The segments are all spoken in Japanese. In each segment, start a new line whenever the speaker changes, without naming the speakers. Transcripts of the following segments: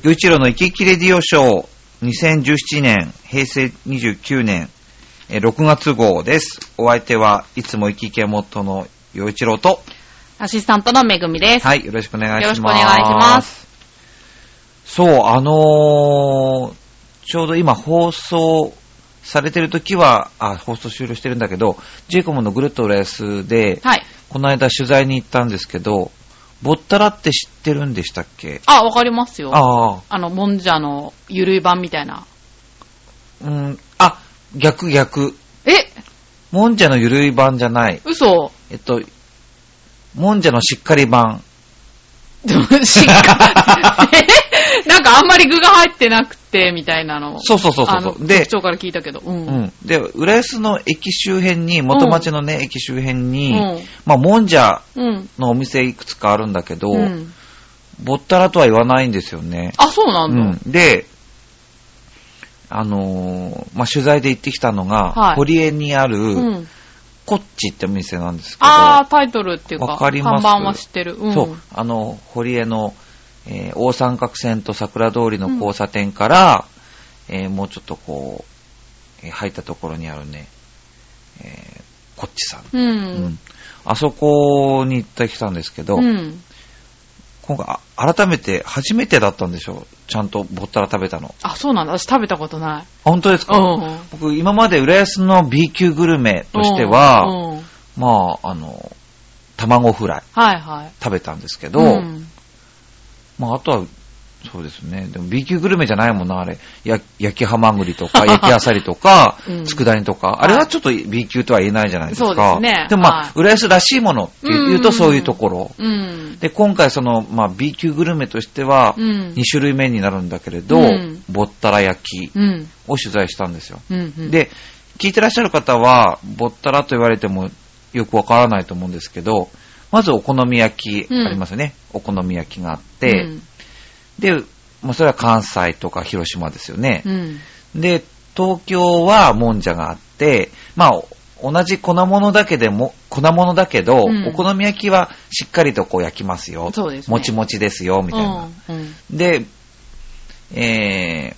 与一郎の生き生きレディオショー、2017年、平成29年、えー6月号です。お相手はいつも生き生き元の与一郎と、
アシスタントのめぐみです。
はい、よろしくお願いします。
よろしくお願いします。
そう、あのーちょうど今放送されてる時は、あ、放送終了してるんだけど、ジェイコムのぐるっとレースで、
はい。
この間取材に行ったんですけど、ボッタラって知ってるんでしたっけ
あ、わかりますよ。あ
ああ、
の、もんじゃのゆるい版みたいな。
うん、あ、逆逆。
え
もんじゃのゆるい版じゃない。
嘘
えっと、もんじゃのしっかり版。
しっかり。えなんかあんまり具が入ってなくて、みたいなの。
そうそうそうそう
あの
そう。で
局、長から聞いたけど。うん。
う。ん。で、浦安の駅周辺に、元町のね、駅周辺に、
うん
まあ、もんじゃ
うん。
のお店いくつかあるんだけど、
うん
ぼったらとは言わないんですよね。
あ、そうなんだ。
うん、で、あのーまあ、取材で行ってきたのが、
はい
堀江にある、
うん。
コッチってお店なんですけど、
あー、タイトルっていう
わ
か、
か
看
ります
板は知ってる。うん。
そう、あの、堀江の、えー大三角線と桜通りの交差点から、えーもうちょっとこう、えー入ったところにあるね、えーコッチさん。
うん。
うんあそこに行ってきたんですけど、
うん。
今回あ改めて初めてだったんでしょうちゃんとぼったら食べたの。
あ、そうなんだ。私食べたことない。
あ本当です
う
か、
ん。
僕今まで浦安の B 級グルメとしては、
うんうん
まあ、あの、卵フライ
はいはい。
食べたんですけど、
うん
まあ、あとは、そうですね。でも B 級グルメじゃないもんな、あれ。や焼きハマグリと か、焼きアサリとか、
うん
佃煮とか、あれはちょっと B 級とは言えないじゃないですか。
そうですね
もまあ、
はい
浦安らしいものっていうと
うん
そういうところ。
うん。
で、今回その、まあ、B 級グルメとしては、
うん
2種類目になるんだけれど、
うん
ぼったら焼き
うん。
を取材したんですよ。
うんうん。
で、聞いてらっしゃる方は、ぼったらと言われてもよくわからないと思うんですけど、まずお好み焼きありますよね。お好み焼きがあって、
うん
で、まあ、それは関西とか広島ですよね
う。ん。
で、東京はもんじゃがあって、まあ、お同じ粉物だけでも、粉物だけど、
うん
お好み焼きはしっかりとこう焼きますよ。
そうですね
もちもちですよ、みたいな。
うんうん
で、え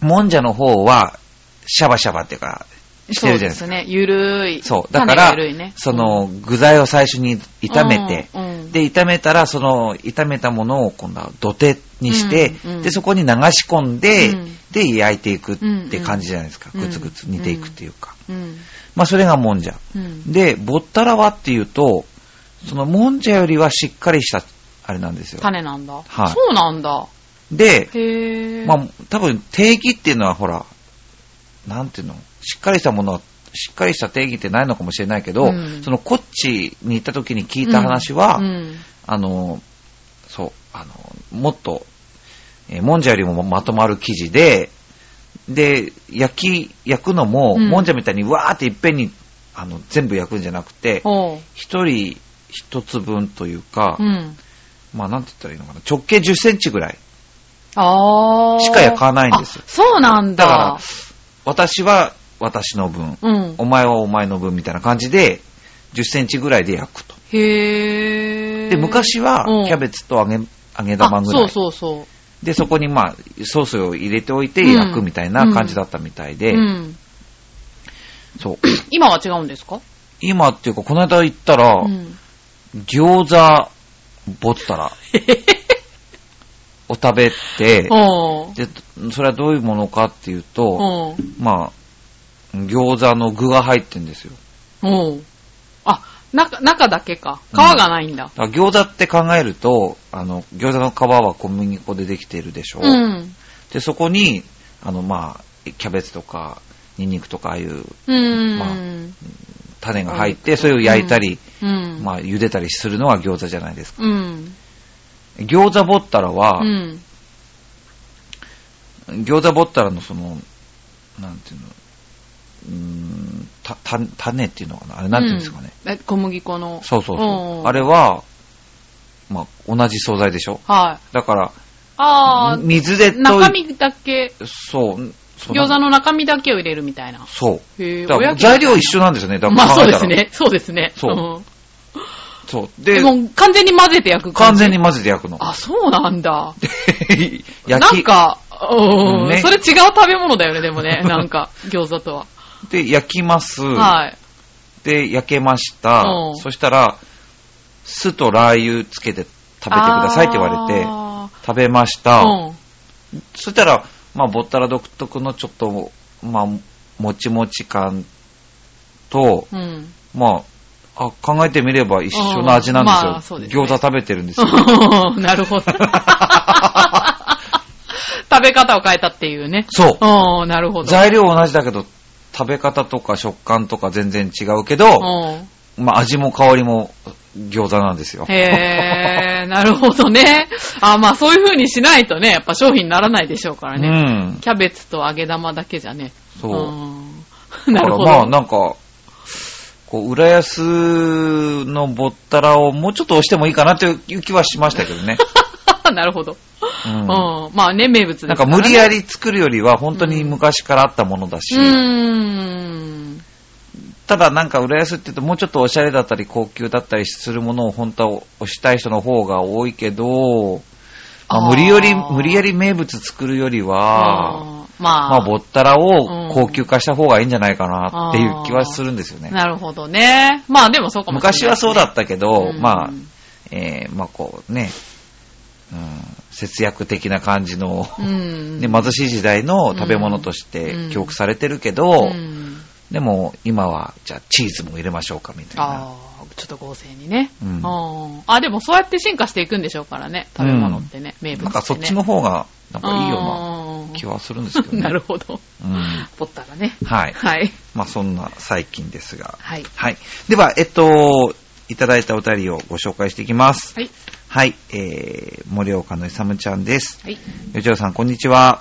ー、もんじゃの方は、シャバシャバっていうか、してるじゃないですか。
そうですね。ゆるい。
そう。だから、
種がゆるいね、
その、具材を最初に炒めて、
うんうん
で、炒めたら、その、炒めたものを今度は土手にして、
うんうん
で、そこに流し込んで、
うん
で、焼いていくって感じじゃないですか。
うんうん
ぐつぐつ煮ていくっていうか。
うん。
まあ、それがもんじゃ。
うん。
で、ぼったらはっていうと、その、もんじゃよりはしっかりした、あれなんですよ。
種なんだ。
はい
そうなんだ。
で、
へぇ
まあ、多分、定義っていうのは、ほら、なんていうの、しっかりしたものは、しっかりした定義ってないのかもしれないけど、
うん
その、こっちに行った時に聞いた話は、
うん。
あの、そう、あの、もっと、えーもんじゃよりもまとまる生地で、で、焼き、焼くのも、
うん
もんじゃみたいにわーっていっぺんに、あの、全部焼くんじゃなくて、
ほ
一人一つ分というか、
う。うん。
まあなんて言ったらいいのかな、直径10センチぐらい。
あー。
しか焼かないんですよ
あそうなん
だから
だ。、
私は私の分、
うん
お。前はお前の分みたいな感じで、10センチぐらいで焼くと。
へぇ
で、昔は、キャベ
ツ
ツと揚げ、揚げ玉ぐらい。
あ、そうそうそう。
で、そこにまあ、ソースを入れておいて
うん
焼くみたいな感じだったみたいで、
うん。
そう。
今は違うんですか
今っていうか、この間行ったら、
うん。
餃子、ぼった ら、を食べて、
ほう。
で、それはどういうものかっていうと、
ほう。
まあ、餃子の具が入ってんですよ。
ほう。あ、中、中だけか。皮がないんだ。
だから餃子って考えると、あの、餃子の皮は小麦粉でできているでしょ
うん。
で、そこに、あの、まあ、キャベツとか、ニンニクとか、ああいう
うん。
まあ種が入って、それを焼いたり、
うん。
まあ、茹でたりするのは餃子じゃないですか。
うん。
餃子ボッタラは、
うん。
餃子ボッタラのその、なんていうの、うーん、た、た、種っていうのかなあれなんていうんですかね。
うん。え、小麦粉の。
そうそう
うん
そうう。
ん
あれは、まあ、同じ素材でしょ
はい。
だから、
ああ、
水でと
中身だけ、
そう、そう
餃子の中身だけを入れるみたいな。
そう。
へえ
だから
おやきみたいな
材料一緒なんですよね。だか
ま
ら
あ
考
そう
え
で
た
す
ら。
ね。そうですね。
そうんそう。
で
で、
も完全に混ぜて焼く感
完
じ
全に混ぜて焼くの。
あ、そうなんだ。な
焼
ん
き、
か、おー
ね
それ違う食べ物だよね、でも ね。なんか、餃子とは。
で、焼きます。
はい。
で、焼けました
う。ん
そしたら、酢とラー油つけて食べてくださいって言われて、
あ
食べました。
ーうん。
そしたら、まあ、ボッタラ独特のちょっと、まあ、もちもち感と、
うん。
まあ、あ考えてみれば一緒の味なんですよ。
うんまあそうですね
餃子食べてるんですよ。
な るほど。食べ方を変えたっていうね。
そう
おーなるほど。
材料同じだけど、食べ方とか食感とか全然違うけど、
おー
まあ、味も香りも餃子なんですよ。
へー、なるほどね。あ、まあそういう風にしないとね、やっぱ商品にならないでしょう か
う
らね。
ん。
キャベツと揚げ玉だけじゃね。
そう
うん
だ
な
か
る
ら
ほど。
まあ、なんか、こう、浦安のぼったらをもうちょっと押してもいいかなという気はしましたけど ね。
なるほど。
う
うん
ん。
まあね、名物です
な
ら
ん
ね
か無理や。り作るよりは本当に昔からあったものだし、
うーん。
ただなんか浦安って言うともうちょっとおしゃれだったり高級だったりするものを本当は推したい人の方が多いけど、まあ
あー
無理より、無理やり名物作るよりは、
うんまあ、
まあぼったらを高級化した方がいいんじゃないかなっていう気はするんですよね。
なるほどね。まあでもそうかもしれない、
昔はそうだったけど、
うん
まあ、えーまあこうね、うん、節約的な感じの、
うん。
ね、貧しい時代の食べ物として記憶されてるけど、
うん
でも今はじゃあチーズも入れましょうかみたいな。
ああ、ちょっと合成にね。
うん
ああ、でもそうやって進化していくんでしょうからね、食べ物ってね、名物って、ね。
なんかそっちの方がなんかいいような
あー
気はするんですけどね。
なるほど。
うん
ぼったらね。
はい。
はい。
まあそんな最近ですが。
はい。
はい。では、えっと、いただいたお便りをご紹介していきます。
はい。
はい。えー、森岡のいさむちゃんです。
はい。
よちろさん、こんにちは。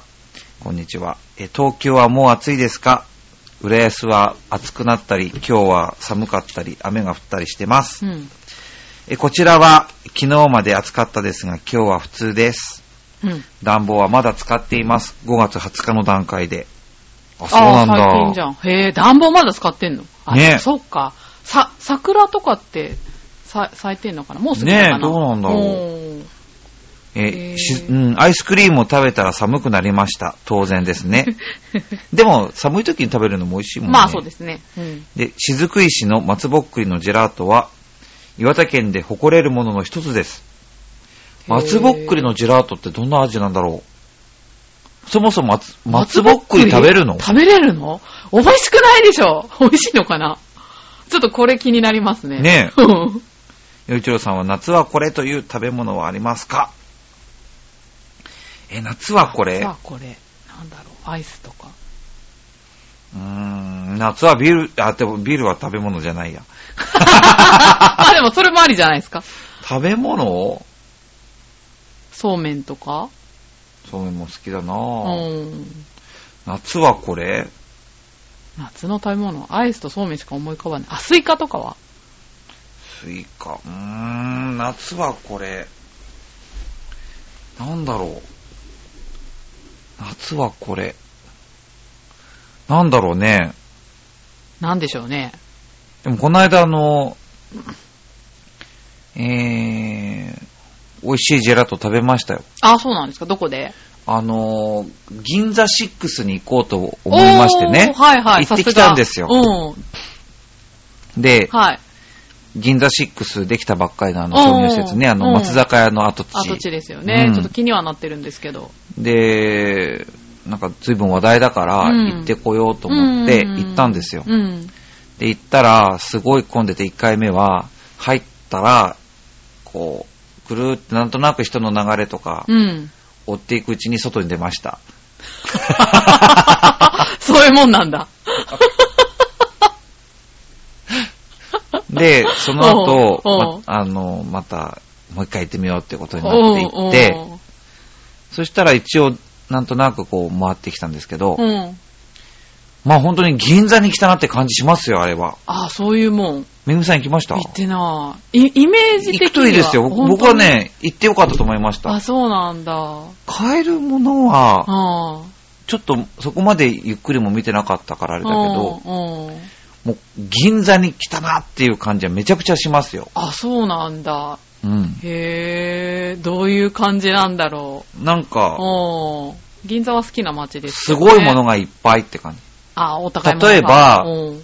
こんにちは。えー、東京はもう暑いですか浦安は暑くなったり、今日は寒かったり、雨が降ったりしてます。
うん。
えこちらは昨日まで暑かったですが今日は普通です。
うん。
暖房はまだ使っています。5月20日の段階で。あ、そう
あ
な
あ
ん
ー、最近じ
だ。
ゃん。へえ、暖房まだ使ってんのあ
ね
そっか。さ、桜とかって、さ、咲いてんのかなもうすぐかな
ねえどうなんだろう
おーへ
え
ー
しうん、アイスクリームを食べたら寒くなりました。当然です ね。でも寒い時に食べるのも美味しいもんね。
まあそうですね。うん。
で、雫石の松ぼっくりのジェラートは岩手県で誇れるものの一つです。松ぼっくりのジェラートってどんな味なんだろうそもそも松松ぼっくり食べるの
食べれるの美味しくないでしょ美味しいのかなちょっとこれ気になりますね。
ね
え。
よいちろさんは夏はこれという食べ物はありますかえ、夏はこれ
さあ
う
これ、なんだろう、アイスとか。
ーん、夏はビール、あ、でもビールは食べ物じゃないや。
あ、でもそれもありじゃないですか。
食べ物
そうめんとか。
そうめんも好きだな
う
ぁ、
ん。
夏はこれ
夏の食べ物、アイスとそうめんしか思い浮かばない。あ、スイカとかは
スイカ。うーん、夏はこれ。なんだろう。夏はこれ。なんだろうね。
なんでしょうね。
でもこの間あの、えー、美味しいジェラート食べましたよ。
あ、そうなんですか。どこで
あの、銀座6に行こうと思いましてね
おー。はいはい、
行って
さ
き
が
たんですよ
うん。
で、
はい。
銀座6できたばっかりのあの商業施設ね、
おー
あの松坂屋の跡地。
跡地ですよね、
うん
ちょっと気にはなってるんですけど。
で、なんか随分話題だから
うん
行ってこようと思って
うん
行ったんですよ。
うん。
で、行ったら、すごい混んでて、1回目は、入ったら、こう、ぐるーってなんとなく人の流れとか、
うん。
追っていくうちに外に出ま した。
そういうもんなんだ。
で、その後、
おうお
ま
う
あの、また、もう一回行ってみようってことになって行って
お、う
そしたら一応、なんとなくこう回ってきたんですけど
おう、うん。
まあ本当に銀座に来たなって感じしますよ、あれは。
あ、そういうもん。
めぐみさん行きました
行ってない。いイメージ的には。
行くといいですよ。僕
本当に
僕は。ね、行ってよかったと思いまし
あ、
た。
そうなんだ。あ
買えるものは、
あ。
ちょっとそこまでゆっくりも見てなかったからあれだけど、
うんうん
もう銀座に来たなっていう感じはめちゃくちゃしますよ。
あ、そうなんだ。
うん。
へえ、どういう感じなんだろ
なん
う。
か、
おー銀座は好きな街です
す
よね。
ごいものがいっぱいって感じ。
あ、お互い
例えば
うん。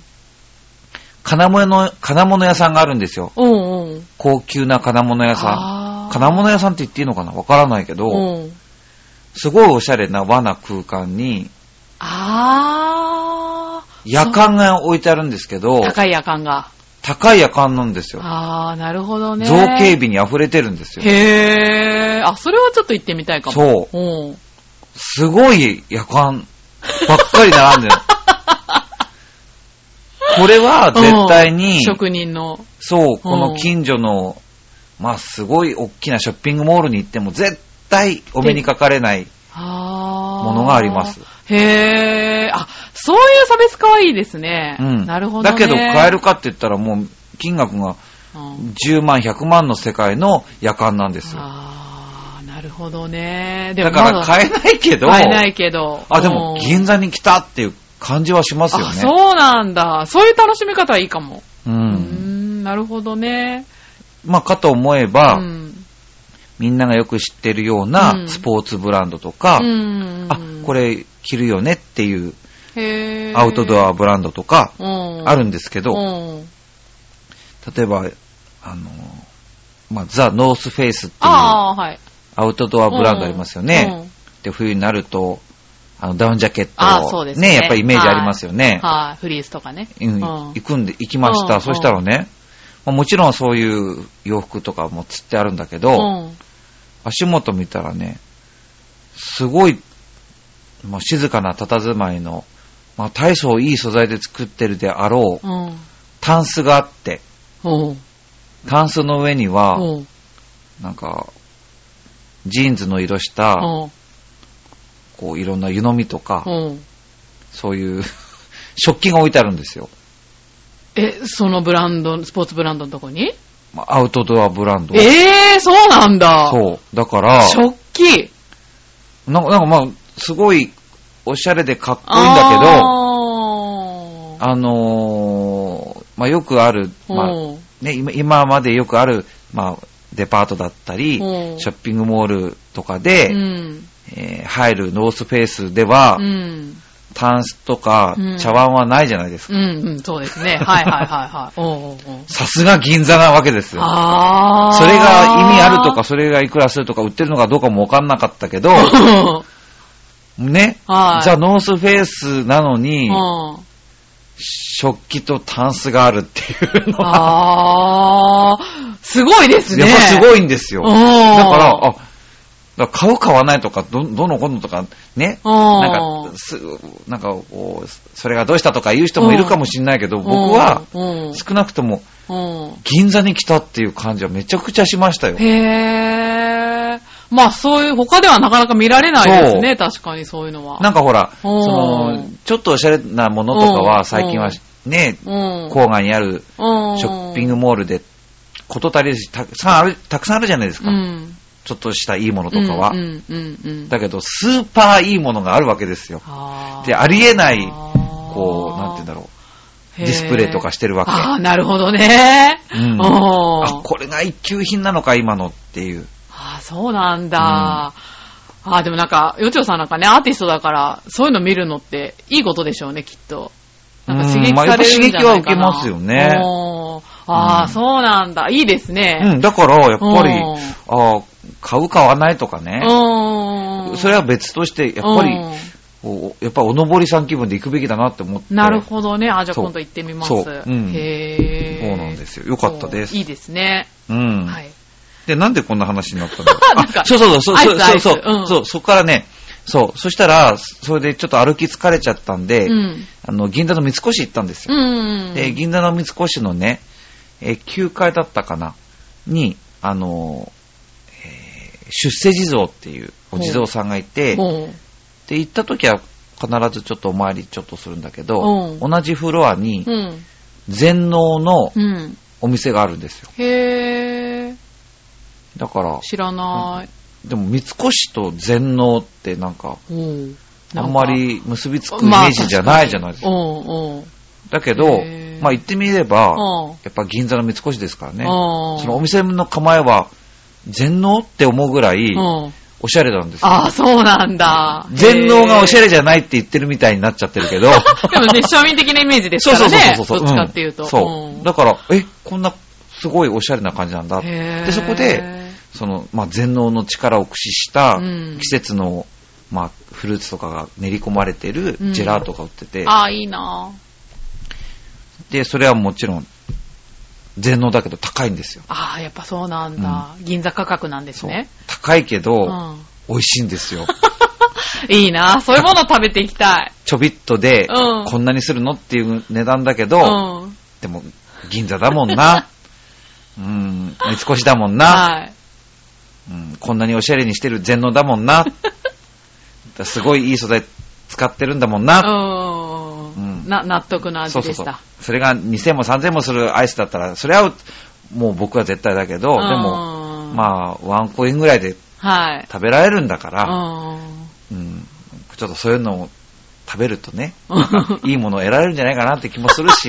金物の、金物屋さんがあるんですよ。
うんうん。
高級な金物屋さ
あ
ん。
ー
金物屋さんって言っていいのかなわからないけど、
うん。
すごいおしゃれな和な空間に、
あー。
夜
そう
間が置いてあるんですけど、
高い夜間が。
高い夜間なんですよ。
あー、なるほどね。
造形美に溢れてるんですよ。
へー。あ、それはちょっと行ってみたいかも。。
そう
うん。
すごい夜間ばっかり並んでる。これは絶対
う
に
ん、職人の。
そう、この近所の、まあすごい大きなショッピングモールに行っても絶対お目にかかれない
あー。
ものがあります。。
へー。あ、そういう差別可愛いですね。
うん。
なるほど、
だ
ね。
けど買えるかって言ったらもう金額が
うん
10万、100万の世界の夜間なんですよ。
あー、なるほどね。で
だ
も
から買えないけど、
買えないけど。
あ、でも
うん
銀座に来たっていう感じはしますよ
あ、
ね。
そうなんだ。そういう楽しみ方はいいかも。
う
うー
ん。
ん、なるほどね。
まあかと思え
う
ば、
ん。
みんながよく知ってるよう
う
なんスポーツブランドとか、あ、こ
れ、
れ着るよねっていう
へー
アウトドアブランドとか
うん
あるんですけど、
うん
例えば、あの、まあ、ザ・ノースフェイスっていうア
ああ、はい。
ウトドアブランドありますよ
うんう
ね。
ん
で、冬になると、あの、ダウンジャケッ
あ
ト
そ
を
う
ね
ですね
やっぱりイメージありますよね。
はい、フリースとかね。
うん
うん
行くんで、行きまし
う
た。
ん
そしたらね、まあもちろんそういう洋服とかもつってあるんだけど、
うん
足元見たらね、すごい、もう静かな佇まいの、まあ、大層いい素材で作ってるであろう、
うん。
タンスがあって、
うん。
タンスの上には、
うん。
なんか、ジーンズの色した、こう、いろんな湯飲みとか、
うん。
そういう、 食器が置いてあるんですよ。
え、そのブランド、スポーツブランドのとこに
まあアウトドアブランド。
ええー、そうなんだ。
そう。だから、
食器。
なんか、なんかまあ、すごい、おしゃれでかっこいいんだけど、
あー
あのーまあ、よくある、まあ
うん
ね、今今までよくある、まあ、デパートだったり、シ
うん
ョッピングモールとかで、
うん。
えー入るノースフェイスでは、
うん。
タンスとか
うん
茶碗はないじゃないですか。
うん、うん、そうですね。はいはいはいはい。 おうおうおう
さすが銀座なわけですよ。
あー
それが意味あるとか、、それがいくらするとか、売ってるのかどうかもわかんなかったけど、ね、
はい。
ザ・ノースフェイスなのに、
うん
食器とタンスがあるっていうのは、
あー、すごいです
や
ね。
っぱす
い。
ごいんですよ。
だか
だから、あ、だから買う買わないとか、ど、どのこのとか、ね。なんか、す、なんか、こう、それがどうしたとか言う人もいるかもしれないけど、僕は、
うん、
少なくとも、
うん。
銀座に来たっていう感じはめちゃくちゃしましたよ。
へー。まあそういう、他ではなかなか見られないですね、確かにそういうのは。
なんかほら、そ
うん
の、ちょっとおしゃれなものとか
う
は、
ん
最近は
うん、
ね、
うん、
郊外にある
うん、
ショッピングモールで、こと足りずしたくさんある、たくさんあるじゃないですか。
うん
ちょっとしたいいものとかは
う。んうんうん、
だけど、スーパーいいものがあるわけですよ。
あー
で、ありえない、こ
こ
う、なんて言うんだろう。
へ
ディスプレイとかしてるわけ
ああ、なるほどね。
うん
おー
あ、これが一級品なのか、今のっていう。
ああ、そうなんだ。ああ、でもなんか、よちょさんなんかね、アーティストだから、そういうの見るのっていいことでしょうね、きっと。なんか刺激
うんまあやっ
さ
ぱ
れるんじゃないかな、
刺激は受けますよね
おーああ、
うん
そうなんだ。いいですね。
うん、だから、やっぱり
うん、
あー買う買わないとかね。
うん。
それは別として、やっぱり
うん、
こうやっぱおのぼりさん気分で行くべきだなって思って。
なるほどね。あ、じゃあ
そう
今度行ってみます。
そううん
へえ。
そうなんですよよかったです
そういいですね。
うん。
はい。
で、なんでこんな話にな ったんだろう
なんか
あそうそうそう、そう
ア
そう
イス
そう、
アイスう
そうんそう、そっからね、そう、そしたら、それでちょっと歩き疲れちゃったんで、
うん。
あの、銀座の三越行ったんですよ。
うん。
で、銀座の三越のね、えー9階だったかな、に、あのー、えー出世地蔵っていうお地蔵さんがいて、
うん
で、行った時は必ずちょっとお参りちょっとするんだけど、
うん
同じフロアに
うん。
全能の
うん。
お店があるんですよ。
へえ。
だから、
知らない。
でも三越と全能ってなんか、
うん。
あんまり結びつくイメージじゃないじゃないですか。
うんうん。
だけど
へ、ー
まあ言ってみれば、
うん
やっぱ銀座の三越ですからね。
うん
そのお店の構えは、全能って思うぐらい、
うん。
おしゃれなんですよ。
ああ、そうなんだ。
全能がおしゃ
れ。
れじゃないって言ってるみたいになっちゃってるけど、
でもね、庶民的なイメージです
そう
か
そう
ら
そう
ね。
そうそう。
どっちかっていうと。
んそう。だから、え、こんなすごいおしゃれな感じなんだ。
へー
で、そこで、その、まあ、全能の力を駆使した、
うん
季節の、まあ、フルーツとかが練り込まれてる
うん
ジェラートが売ってて、
ああ、いいな
で、それはもちろん、全能だけど高いんですよ。
ああ、やっぱそうなんだ。銀座価格なんです
そう
ね。
高いけ
う
ど、
ん。
美味しいんですよ。
いいなそういうもの食べていきたい。
ちょびっとで、
うん
こんなにするのっていう値段だけど、
うん。
でも、銀座だもん な。うん、三越だもんな、
はい。
うん。こんなにおしゃれにしてる全能だもんな。だすごいいい素材使ってるんだもんな。
う
うん
ん。な、納得の味
そう
で
そう
した。
そう。それが2000も3000もするアイスだったら、それはもう僕は絶対だけど、でも、
うん
まあ、ワンコインぐらいで
はい。
食べられるんだから、
うん
うん、ちょっとそういうのを食べるとね、いいものを得られるんじゃないかなって気もする し、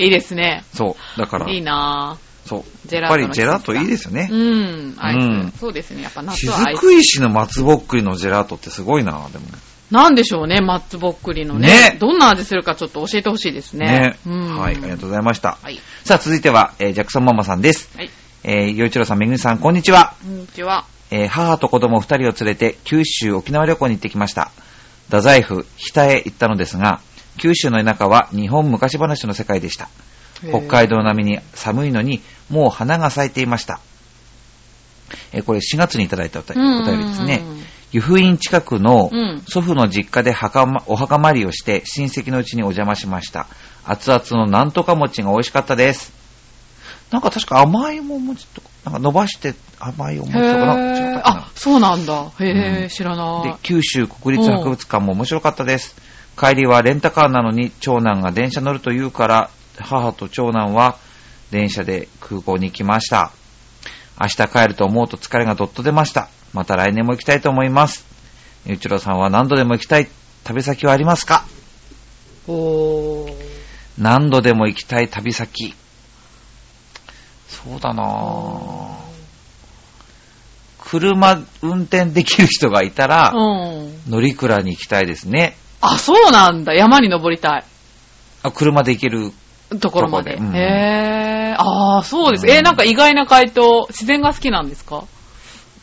いいですね。
そう、だから、
いいな
そう、
ジェ
やっ
ラートの
ぱりジェラートいいですよね
う。ん。アイス、
うん
そうですね。やっぱ夏はアイス。
雫石の松ぼっくりのジェラートってすごいな、でも。
なんでしょうね、松ぼっくりのね。
ね
どんな味するかちょっと教えてほしいですね。うん。
はい、ありがとうございました。
はい。
さあ、続いては、えージャクソンママさんです。
はい。
えー、洋一郎さん、めぐみさん、こんにちは。
こんにちは。
えー母と子供二人を連れて九州沖縄旅行に行ってきました。太宰府、北へ行ったのですが、九州の田舎は日本昔話の世界でした。北海道並みに寒いのに、もう花が咲いていました。えーこれ4月にいただいたお便
うんうんうん
お便りですね。湯布院近くの
うん
祖父の実家で墓まお墓参りをして親戚のうちにお邪魔しました。熱々のなんとか餅が美味しかったです。なんか確か甘いお餅とか、なんか伸ばして甘いお餅
へ
とかな違っ
ー
たかな
あ、そうなんだ。
う
へ
ん
え、知ら
で
な、
九州国立博物館も面白かったです。帰りはレンタカーなのに長男が電車乗ると言うから、母と長男は電車で空港に来ました。明日帰ると思うと疲れがどっと出ました。また来年も行きたいと思います。ゆうちろさんは何度でも行きたい旅先はありますか
い。おー。
何度でも行きたい旅先。そうだなぁ。車運転できる人がいたら、
うん。
乗鞍に行きたいですね。
あ、そうなんだ。山に登りたい。
あ、車で行ける。
ところまで。
とこでうん
へー。ああ、そうです。
うん
えーなんか意外な回答。自然が好きなんですか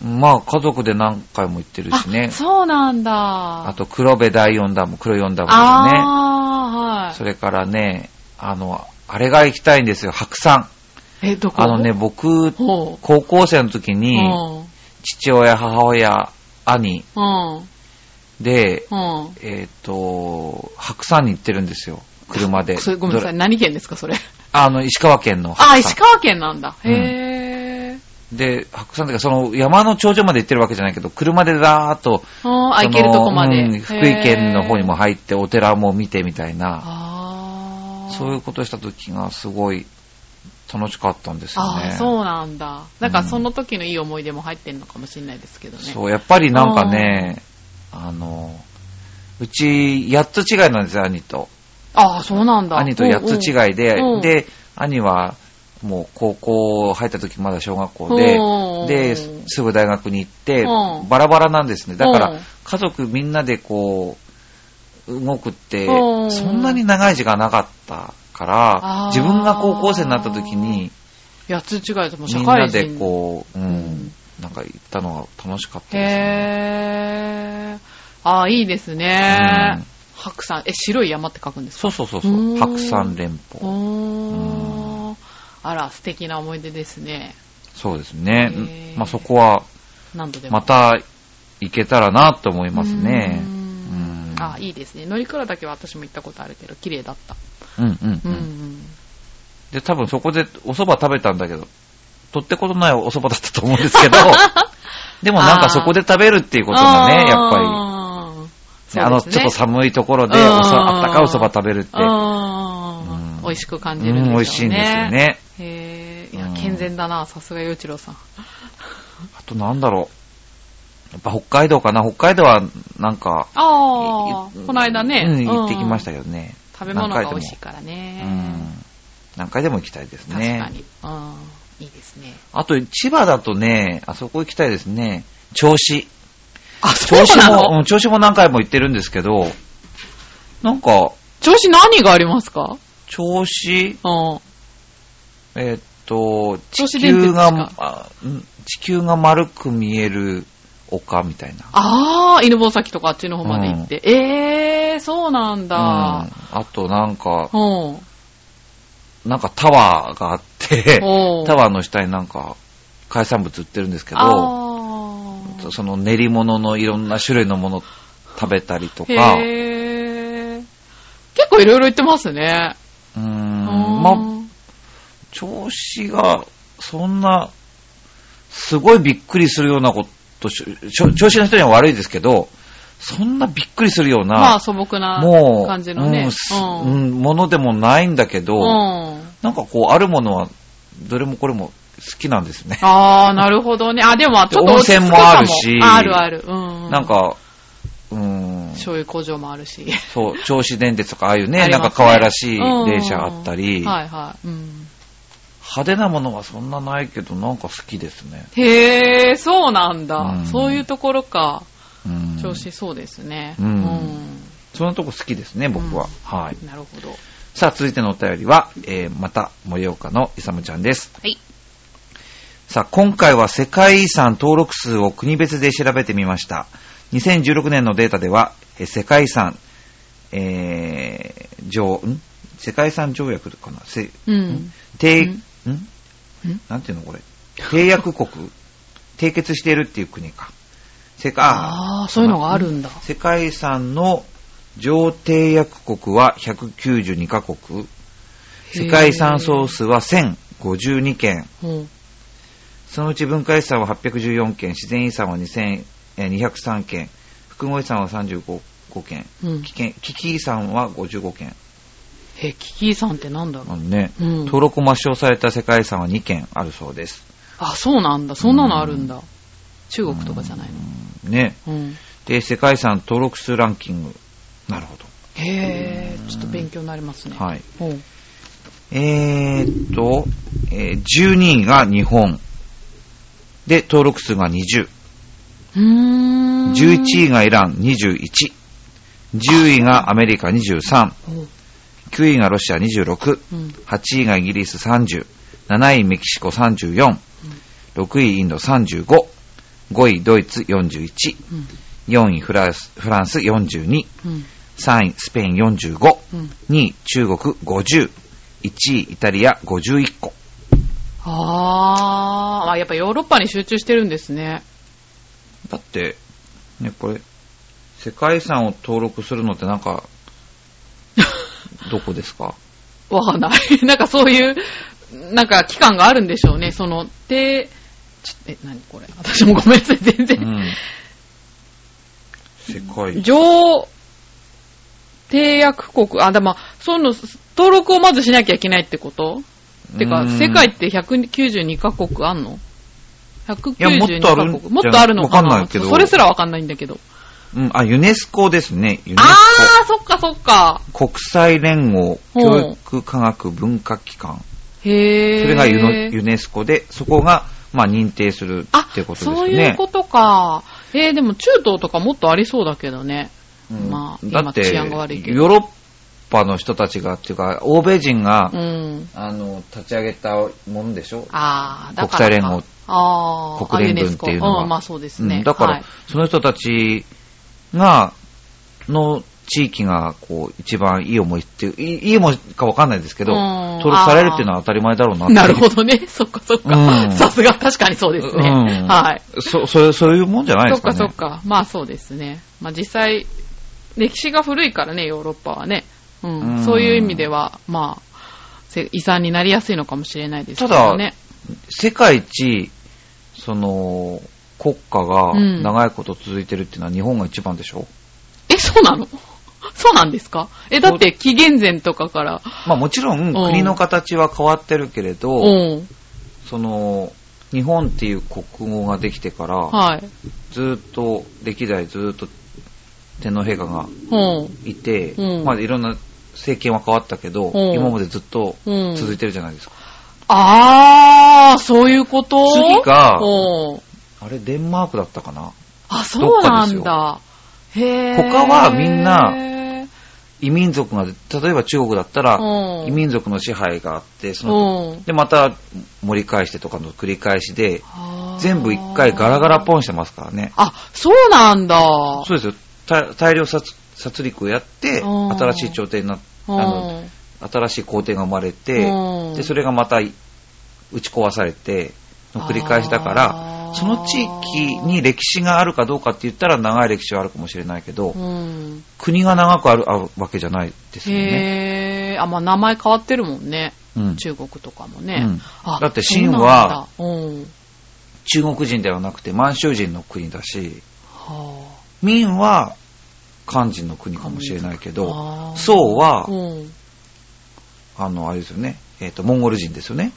まあ、家族で何回も行ってるしね
あ。そうなんだ。
あ
あ
と、黒部第4弾も黒4弾もね。
あー、
そ
はい。
れからね、あの、あれが行きたいんですよ、白山。
え、どこ
あのね、、僕、
ほう。
高校生の時
う
に、
ん。
父親、母親、兄
うん。
で、
うん。
えっ、と、白山に行ってるんですよ、車で。
それごめんなさ
ど
い。
れ
何県ですか、それ。
あの、石川県の
あ、
白
石
山。
川県なんだ。
うん
へー。
で、白山っていうか、その山の頂上まで行ってるわけじゃないけど、車でザーっと、
うんあ、
その
行けるとこまで。
うん福井県の方にも
っ
入って、お寺も見てみたいな、
あー
そういうことした時がすごい楽しかったんですよ
あ
ね。
あ、そうなんだ。なんかその時のいい思い出も入ってるのかもしれないですけどね。
そうやっぱりなんかね、あの、うち8つ違いなんですよ、兄と。
ああ、そうなんだ。
兄と8つ
い
違いで
うん、
で、兄はもう高校入った時まだ小学校で
うん、
で、すぐ大学に行って
う、ん
バラバラなんですね。だか
う
ら
ん、
家族みんなでこう、動くって、
うん
そんなに長い時間なかったから、
あー
自分が高校生になった時に、
8つ違いともう社
みんな
会
で
人。
こう、う
うんん、
なんか行ったのが楽しかったですね。
へー。ああ、いいです
うん
ね。白山、え、白い山って書くんですか
そうそうそうそうう、
ん
白山連
お
峰。
ーあら、素敵な思い出ですね。
そうですね
へ。ー
まあそこは、
何度でも。
また行けたらなと思いますね。
う
うん
んあ、いいですね。乗鞍だけは私も行ったことあるけど、綺麗だった。
うんうんう。
うんん。
で、多分そこでお蕎麦食べたんだけど、とってことないお蕎麦だったと思うんです けど、でもなんかそこで食べるっていうことがね、やっぱり、ねあの、ちょっと寒いところでお
うん
そあったかいお蕎麦食べるって、うん
うん。美味しく感じるんでし
う
ょう
ん
ね。
美味しいんですよ。ね。
へえ、いうや
ん、
健全だな。さすが洋一郎さん。
あとなんだろう。やっぱ北海道かな。北海道はなんか、
ああ、この間ね。
うん、行ってきましたけどね。
うん。食べ物が美味しいからね。
うん。何回でも行きたいです
確か
ね。
に。うん。いいですね。
あと、千葉だとね、あそこ行きたいですね。銚子。
あ、
銚
そうな
子も、
の
うん、銚子も何回も行ってるんですけど、なんか、
調子何がありますか
銚子、
うん。
えーっと、
銚
地
子電鉄
球
で
が
す、
あん地球が丸く見える丘みたいな。
あー、犬吠埼とかあっちの方まで行って。えー、そうなんだ
うん。あとなんか
う、ん。
なんかタワーがあって、
お
タワーの下になんか海産物売ってるんですけど、
あー。
その練り物のいろんな種類のもの食べたりとか、う
へー。結構いろいろ行ってますね。
ー、
うん
まあ、調子がそんな、すごいびっくりするようなことし、しょ調子の人には悪いですけど、そんなびっくりするよう
まあ
な、
素朴な
もう、
感じのね。
うんすうんものでもないんだけど、
うん。
なんかこう、あるものは、どれもこれも好きなんですね。
あー、なるほどね。あ、でも、ちょっと落ち着
温泉
くか
もあるし
ああるある。うん。
なん、か、うーん、
醤油工場もある し。
そう、銚子電鉄とか、ああいうね、
あり
な
ますね
んか可愛らしい
うん
電車あったり、
はいはい。うん。
派手なものはそんなないけど、なんか好きですね。
へー、そうなんだ。
うん
そういうところか。
うん。
調子そうですね。
うんそのとこ好きですね、僕は。はい。
なるほど。は
さあ、続いてのお便りは、えー、また、盛岡のいさむちゃんです。
い。
さあ、今回は世界遺産登録数を国別で調べてみました。2016年のデータでは、えー世界遺産、えー、条、ん世界遺産条約かなせ、
うん。
定、
うん
んなんていうのこれ。締約国締結しているっていう国か。世界、
ああ、そういうのがあるんだ。
世界遺産の上締約国は192カ国、世界遺産総数は1052件、
うん。
そのうち文化遺産は814件、自然遺産は2000えー203件、複合遺産は35件、
うん
危。険危機遺産は55件。
え、キキさんってなんだ
あ
ろ
の
う。
ね、
うん
登録抹消された世界遺産は2件あるそうです。
あ、そうなんだ。そんなのあるんだ。中国とかじゃない
うんね。
の。うん。
で、世界遺産登録数ランキング。なるほど。
へー、ちょっと勉強になりますね。
はい。
ほう。
えーっと、えー12位が日本。で、登録数が20。
うーん。
11位がイラン21。10位がアメリカ23。
ほう。
9位がロシア26。
うん。
8位がイギリス30。7位メキシコ34。6位インド35。5位ドイツ41。
うん。
4位フランスフランス42。
うん。
3位スペイン45。
うん。
2位中国50。1位イタリア51個。
あー、まあ、やっぱヨーロッパに集中してるんですね。
だって、ね、これ、世界遺産を登録するのってなんか、どこですか
わかんない。 なんかそういう、なんか期間があるんでしょうね。その、で、ちょえ、何これ。私もごめんなさい、
う
全然。
ん。世界。
上、締約国、あ、だまあ、その、登録をまずしなきゃいけないってことてか、
うん
世界って192カ国あんの
やもっ
?192
とあ
カ
るん
国。もっとあるのか
わ
な
かんないけど
それすらわかんないんだけど。
うん、あ、ユネスコですね。ユネ
あ
ス
ー、そっかそっか。
コ。国際連合
ほ
教
う
育科学文化機関。
へー。
それがユノユネスコで、そこが、まあ、認定する
あ
っていうことですね。
そういうことか。えー、でも中東とかもっとありそうだけどね。
うん
まあ
だって、
今治
ヨ
安が悪いけど
ーロッパの人たちが、っていうか、欧米人が、
うん。
あの、立ち上げたもんでしょ
ああ、だから
国際
か。
連合
あー
国連軍っていうの
あ
は。
ユネスコうん、まあそうですね。
んだから、
はい
その人たちが、の地域が、こう、一番いい思いっていう、いいいい思いかわかんないですけど、
うん
登録されるっていうのは当たり前だろうなって
なるほどね。そっかそっ
うん
か。さすが、確かにそうですね。
うん
はい。
そ、それ、そういうもんじゃないで
そ
す
っ
かね。
かそっか。まあそうですね。まあ実際、歴史が古いからね、ヨーロッパはね。うん。
うん
そういう意味では、まあ、せ遺産になりやすいのかもしれないですけ
ただ
どね。
世界一、その、国家が
うん
長いこと続いてるっていうのは日本が一番でしょ、
え、そうなの そうなんですかえ、だって紀元前とかから。
まあもちろん国の形は変わってるけれど、
うん。
その、日本っていう国語ができてから、
はい。
ずーっと、歴代ずーっと天皇陛下が
うん。
いて、
うん
まあいろんな政権は変わったけど、
うん
今までずっと
うん
続いてるじゃないですか。
あー、そういうこと
次が
うん。
あれ、デンマークだったかな
あ、そうなん
どっか
だ。へー。
他はみんな、異民族が、例えば中国だったら、
うん
異民族の支配があって、その、
うん。
で、また盛り返してとかの繰り返しで、
あー
全部一回ガラガラポンしてますからね。
あ、そうなんだ。
そうですよ。大大量殺殺戮をやって、
うん
新しい朝廷になっ
う
あの
ん。
新しい皇帝が生まれて、
うん
で、それがまた打ち壊されて、の繰り返しだから
あ、ー
その地域に歴史があるかどうかって言ったら長い歴史はあるかもしれないけど、
うん。
国が長くあるあるわけじゃないですよね。
へー。あ、まあ名前変わってるもんね。
うん、
中国とかも
う
ね
ん。
あ
だって清は、
そうなんだうん。
中国人ではなくて満州人の国だし、
は
明は漢人の国かもしれないけ
あ
ど、
あー
宋は、
うん。
あの、あれですよね、えっ、と、モンゴル人ですよね。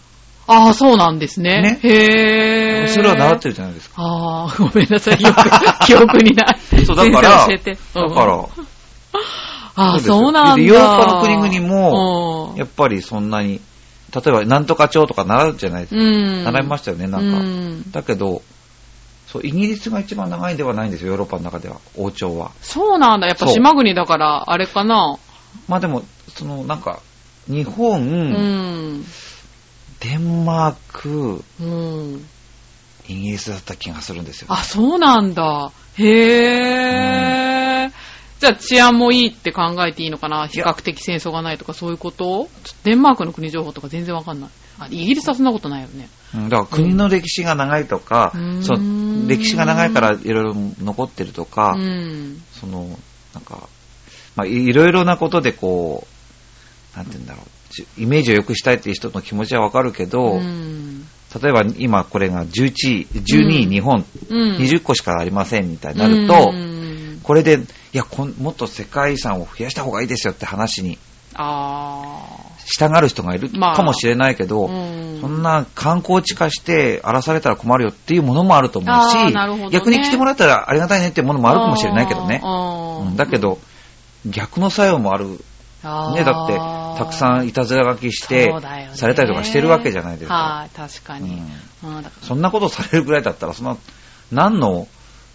ああ、そうなんですね。
ね
へー。
それは習ってるじゃないですか。
ああ、ごめんなさ い。よく、記憶にない。
そう、だから、
先生教えてうん
だから、
ああ、
そうですよ
そうなんだ。
でヨーロッパの国々も
うん、
やっぱりそんなに、例えば、なんとか町とか習うじゃないですか。
うん。
習いましたよね、なんか。
うん
だけど、そう、イギリスが一番長いんではないんですよ、ヨーロッパの中では、王朝は。
そうなんだ。やっぱ
そう
島国だから、あれかな。
まあでも、その、なんか、日本、
うん。
デンマーク、
うん。
イギリスだった気がするんですよ。
あ、そうなんだ。へー。じゃあ治安もいいって考えていいのかな比較的戦争がないとかそういうことちょっとデンマークの国情報とか全然わかんない。あ、イギリスはそんなことないよね。
うんだから国の歴史が長いとか、
うん
そう
ーん
歴史が長いからいろいろ残ってるとか、
うん。
その、なんか、まあ、いいろいろなことでこう、なんて言うんだろう、じイメージを良くしたいっていう人の気持ちはわかるけど、
うん。
例えば今これが11位、12位
うん
日本、
うん
20個しかありませんみたいになると、
うん
これで、いやこん、もっと世界遺産を増やした方がいいですよって話に
あ
従う人がいる
まあ
かもしれないけ
あ。
ど、
うん
そんな観光地化して荒らされたら困るよっていうものもあると思うし、
あーなるほどね
逆に来てもらったらありがたいねっていうものもあるかもしれないけどね。
あー
うんだけど、逆の作用もある。
あー
ね、だって、たくさんいたずら書きして、
そうだよね
されたりとかしてるわけじゃないですか。
はい、確かに。うんだから
そんなことされるぐらいだったら、その、何の、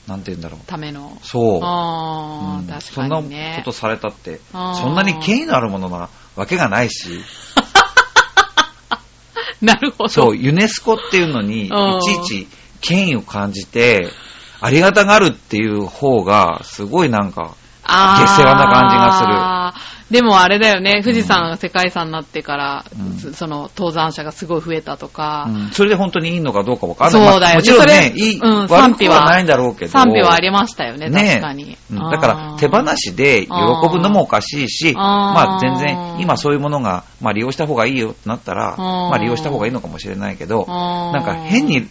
なんて言うんだろう。
ための。
そう。
あ
う
あ
ん、
確
そ
か
んな
にね。
ことされたって、
あー
そんなに権威のあるものなわけがないし、
なるほど。
そう、ユネスコっていうのに、い
うん
ちいち権威を感じて、ありがたがるっていう方が、すごいなんか、
あー
下世話な感じが
でもあれだよね、富士山が世界遺産になってから、
うん
そその登山者がすごい増えたとか、
うんそれで本当にいいのかどうかわかんない。
そうだ
まあ
よね
もちろんね、
それ
いい、
う
悪
ん
くはないんだろうけど。
賛否はありましたよね、確かに。
うんだから、手放
し
しで喜ぶのもおかしいし、ま
あ
あ
ー
全然、今そういうものが、まあ利用した方がいいよってなったら、
ん
まあ利用した方がいいのかもしれないけど、
うん
なんか変に、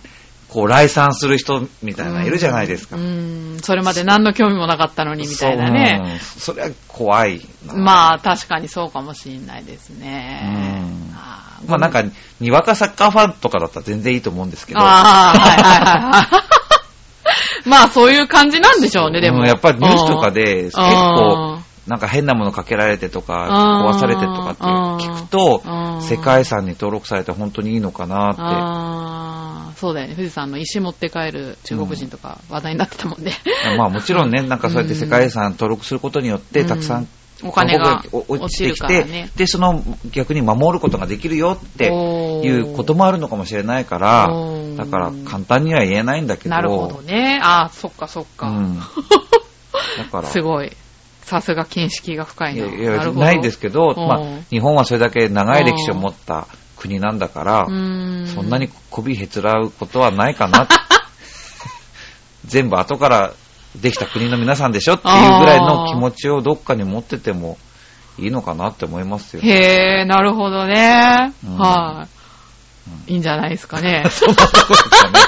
こう、来賛する人みたいなのいるじゃないですか
う。ん、それまで何の興味もなかったのにみたいなね。
そう。うんそれは怖いな。
まあ、確かにそうかもしれないですね
うん。
あー
まあなんか、にわかサッカーファンとかだったら全然いいと思うんですけど、
ああ、はいはいはいはい。 まあ、そういう感じなんでしょうね、で
う
も。
んやっぱりニュースとかで、結構
あ、
なんか変なものかけられてとか、
あー
壊されてとかって聞くと
あ、ー
世界遺産に登録されて本当にいいのかなっ
あーそうだよね。富士山の石持って帰る中国人とか話題になってたもんね。
て。まあもちろんね、なんかそうやって世界遺産登録することによって、
うん
たくさん
お金が
お落
落
ち
ち
て
る
き
から
て
ね、。
で、その逆に守ることができるよって
おー
いうこともあるのかもしれないから
お、ー
だから簡単には言えないんだけど、
なるほどね。ああ、そっかそっ
う
か。
ん。だから、
すごい。さすが見識が深い
い
な。
やいや
るほど。
ないですけど、
うん
まあ、日本はそれだけ長い歴史を持った国なんだから、
うん
そんなにこびへつらうことはないか な。全部後からできた国の皆さんでしょっていうぐらいの気持ちをどっかに持っててもいいのかなって思いますよ。
へえ、なるほどね。
うん
はい。いいんじゃないですか ね。
そんなことですよね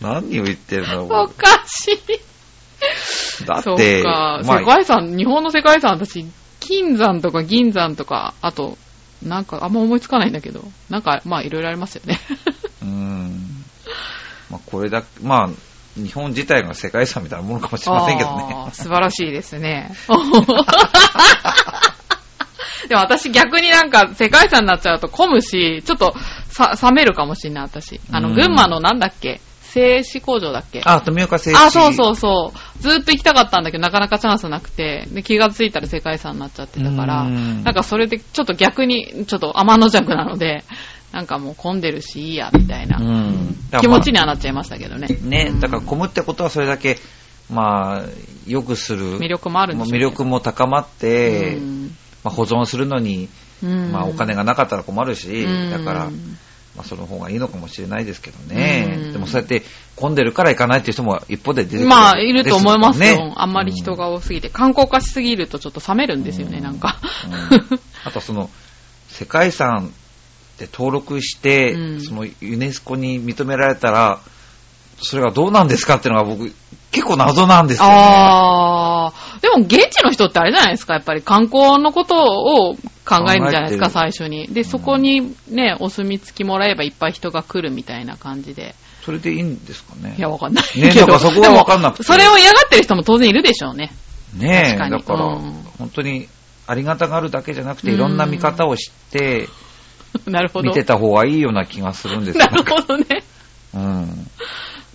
何を言ってるの
おかしい。
だって、
そっか、
ま
世
あ、
界遺産、日本の世界遺産、私、金山とか銀山とか、あと、なんかあんま思いつかないんだけど、なんか、まあいろいろありますよね。
うん。まあ、これだけ、まあ、日本自体が 世界遺産みたいなものかもしれませんけどね
あ。ー素晴らしいですね。でも私逆になんか世界遺産になっちゃうと混むし、ちょっとさ冷めるかもしんない私。あ
う
の、
ん
群馬のなんだっけ製紙工場だっけ
あ、富岡製紙。
あ、そうそうそう。ずーっと行きたかったんだけど、なかなかチャンスなくて、で、気がついたら世界遺産になっちゃってたから、
うん
なんかそれで、ちょっと逆に、ちょっと天の弱なので、なんかもう混んでるし、いいや、みたいな、
うん
気持ちにはなっちゃいましたけどね。
ね
う、ん
だから、混むってことはそれだけ、まあ、良くする。
魅力もあるん
も
でし
う
ょうね
魅力も高まって、まあ、保存するのに、
うん
まあ、お金がなかったら困るし、
うん
だから、まあ、その方がいいのかもしれないですけどね。
うん
でも、そうやって混んでるから行かないっていう人も一方で出てくる
まあ、いると思います
です
よ、
からね
あんまり人が多すぎて。観光化しすぎるとちょっと冷めるんですよね、なんか。
うんあとその世界遺産で登録して、
うん
そのユネスコに認められたらそれがどうなんですかっていうのが僕結構謎なんですよね。
ああ、でも現地の人ってあれじゃないですか、やっぱり観光のことを考えるんじゃないですか、
考
最初に。で、そこにね、お墨付きもらえばいっぱい人が来るみたいな感じで。
それでいいんですかね
い。や、わかんないけど。
ねなんかそこはわかんなくて
でもそれを嫌がってる人も当然いるでしょうね。
ねえ
確か
だ
に
から、
うん
本当にありがたがるだけじゃなくて
うん
いろんな見方を知って
なるほど。
見てた方がいいような気がするんです
な
よ。
るほどね。
うん、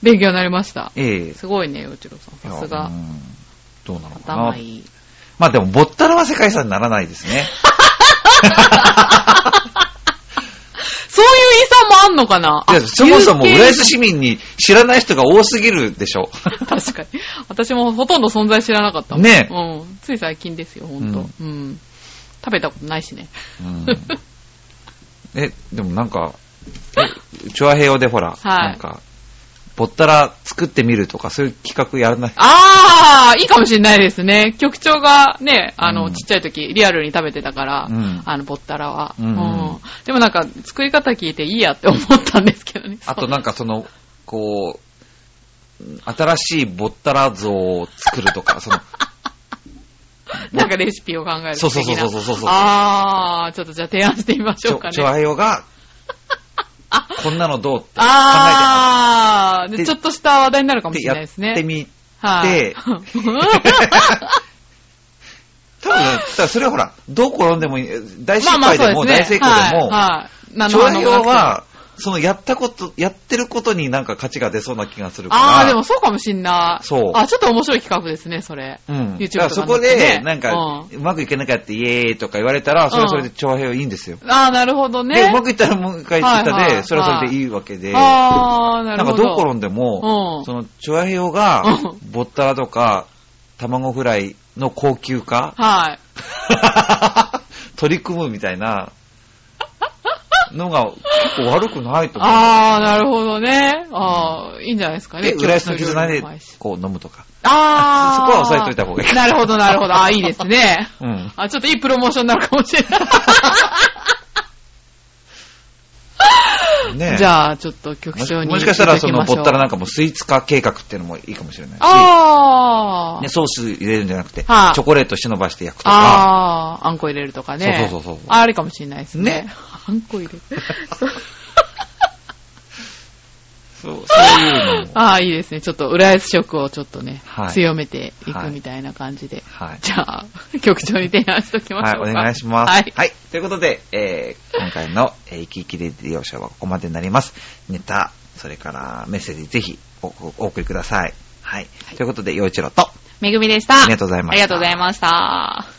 勉強になりました。
ええ
すごいね、よちろさん。さ
い
す
やう
が。
んどうなのかな
頭。いい。
まあでも、ぼったらは世界遺産にならないですね。
そういう遺産もあんのかない
や、そもそも
有
浦
形
安市民に知らない人が多すぎるでし ょ。
確かに。私もほとんど存在知らなかったもん
ね
うん。つい最近ですよ、ほんと。うん。食べたことないしね。
うん、え、でもなんか、え、チュアヘヨでほら、
はい
なんか、ぼったら作ってみるとか、そういう企画やらない。
あー、いいかもしれないですね。局長がね、あの、
うん
ちっちゃい時、リアルに食べてたから、
うん
あの、ぼったらは、
うんうん
でもなんか、作り方聞いていいやって思ったんですけどね。
あとなんかその、こう、新しいぼったら像を作るとか、その、
なんかレシピを考える
そうそう
的な
そうそうそうそう
あー、ちょっとじゃあ提案してみまし
チ
ょう
ョ
かね。
チュアヘヨが、こんなのどうって考えてます
あー、で
で
ちょっとした話題になるか
っ
も
て
しれ
や
ないですね。
ってみて、
はい。
多分、だからそれはほら、どう転んでもいい、大
まあ
失
ま
敗
あそう
で
で
も
すね。
大成功でも、
はい。はい。
調和用
は、
は、そのやったこと、やってることになんか価値が出そうな気がするから。
ああ、でもそうかもしんない。
そう
あ、ちょっと面白い企画ですね、それ。
うん。だ
YouTube
からそこで、なんか、うまくいけなかった、イエーイとか言われたら、それはそれで調和用いいんですよ。
ああ、なるほどね。
で、うまくいったらもう一回ツイッターで、
はいはい
それはそれでいいわけで、
ああ、
な
なる
ん
ほ
か
ど。
どう転んでも、
うん
その調和用が
う、
ボッタラとか、卵フライの高級 化、
はい。
取り組むみたいなのが結構悪くないと思う。
ああ、なるほどね。ああ、いいんじゃないですかね。
で、浦安の絆で
あー
こう飲むとか。
あ
そこは押さえといた方がいい
なるほど、なるほど。ああ、いいですね。
うん。
あ、ちょっといいプロモーションになるかもしれない。
ね
じゃあ、ちょっと局
もし
長に
もしかしたら、その、ぼ
聞いて
っ
おきま
たら
しょう
なんかもうスイーツ化計画っていうのもいいかもしれないし、
ああ。
ね、ソース入れるんじゃなくて、チ
はい
ョコレート忍ばして焼くとか、
ああ、あんこ入れるとかね。
そうそうそうそう
ああれかもしれないですね。
ね
あんこ入 れる。
そうそういうの も、
ああ、いいですね。ちょっと、浦安色をちょっとね、
はい
強めていくみたいな感じで。
はい。
じゃあ、 局長に提案しときましょう
はい、
か。
お願いします。
は
はいい。。ということで、えー、今回の、えー、生き生きレディオショーはここまでになります。ネタ、それからメッセージ、ぜひお、おお送りください。はい。ということで、陽一郎と、
めぐみでした。
ありがとうございました
ありがとうございました。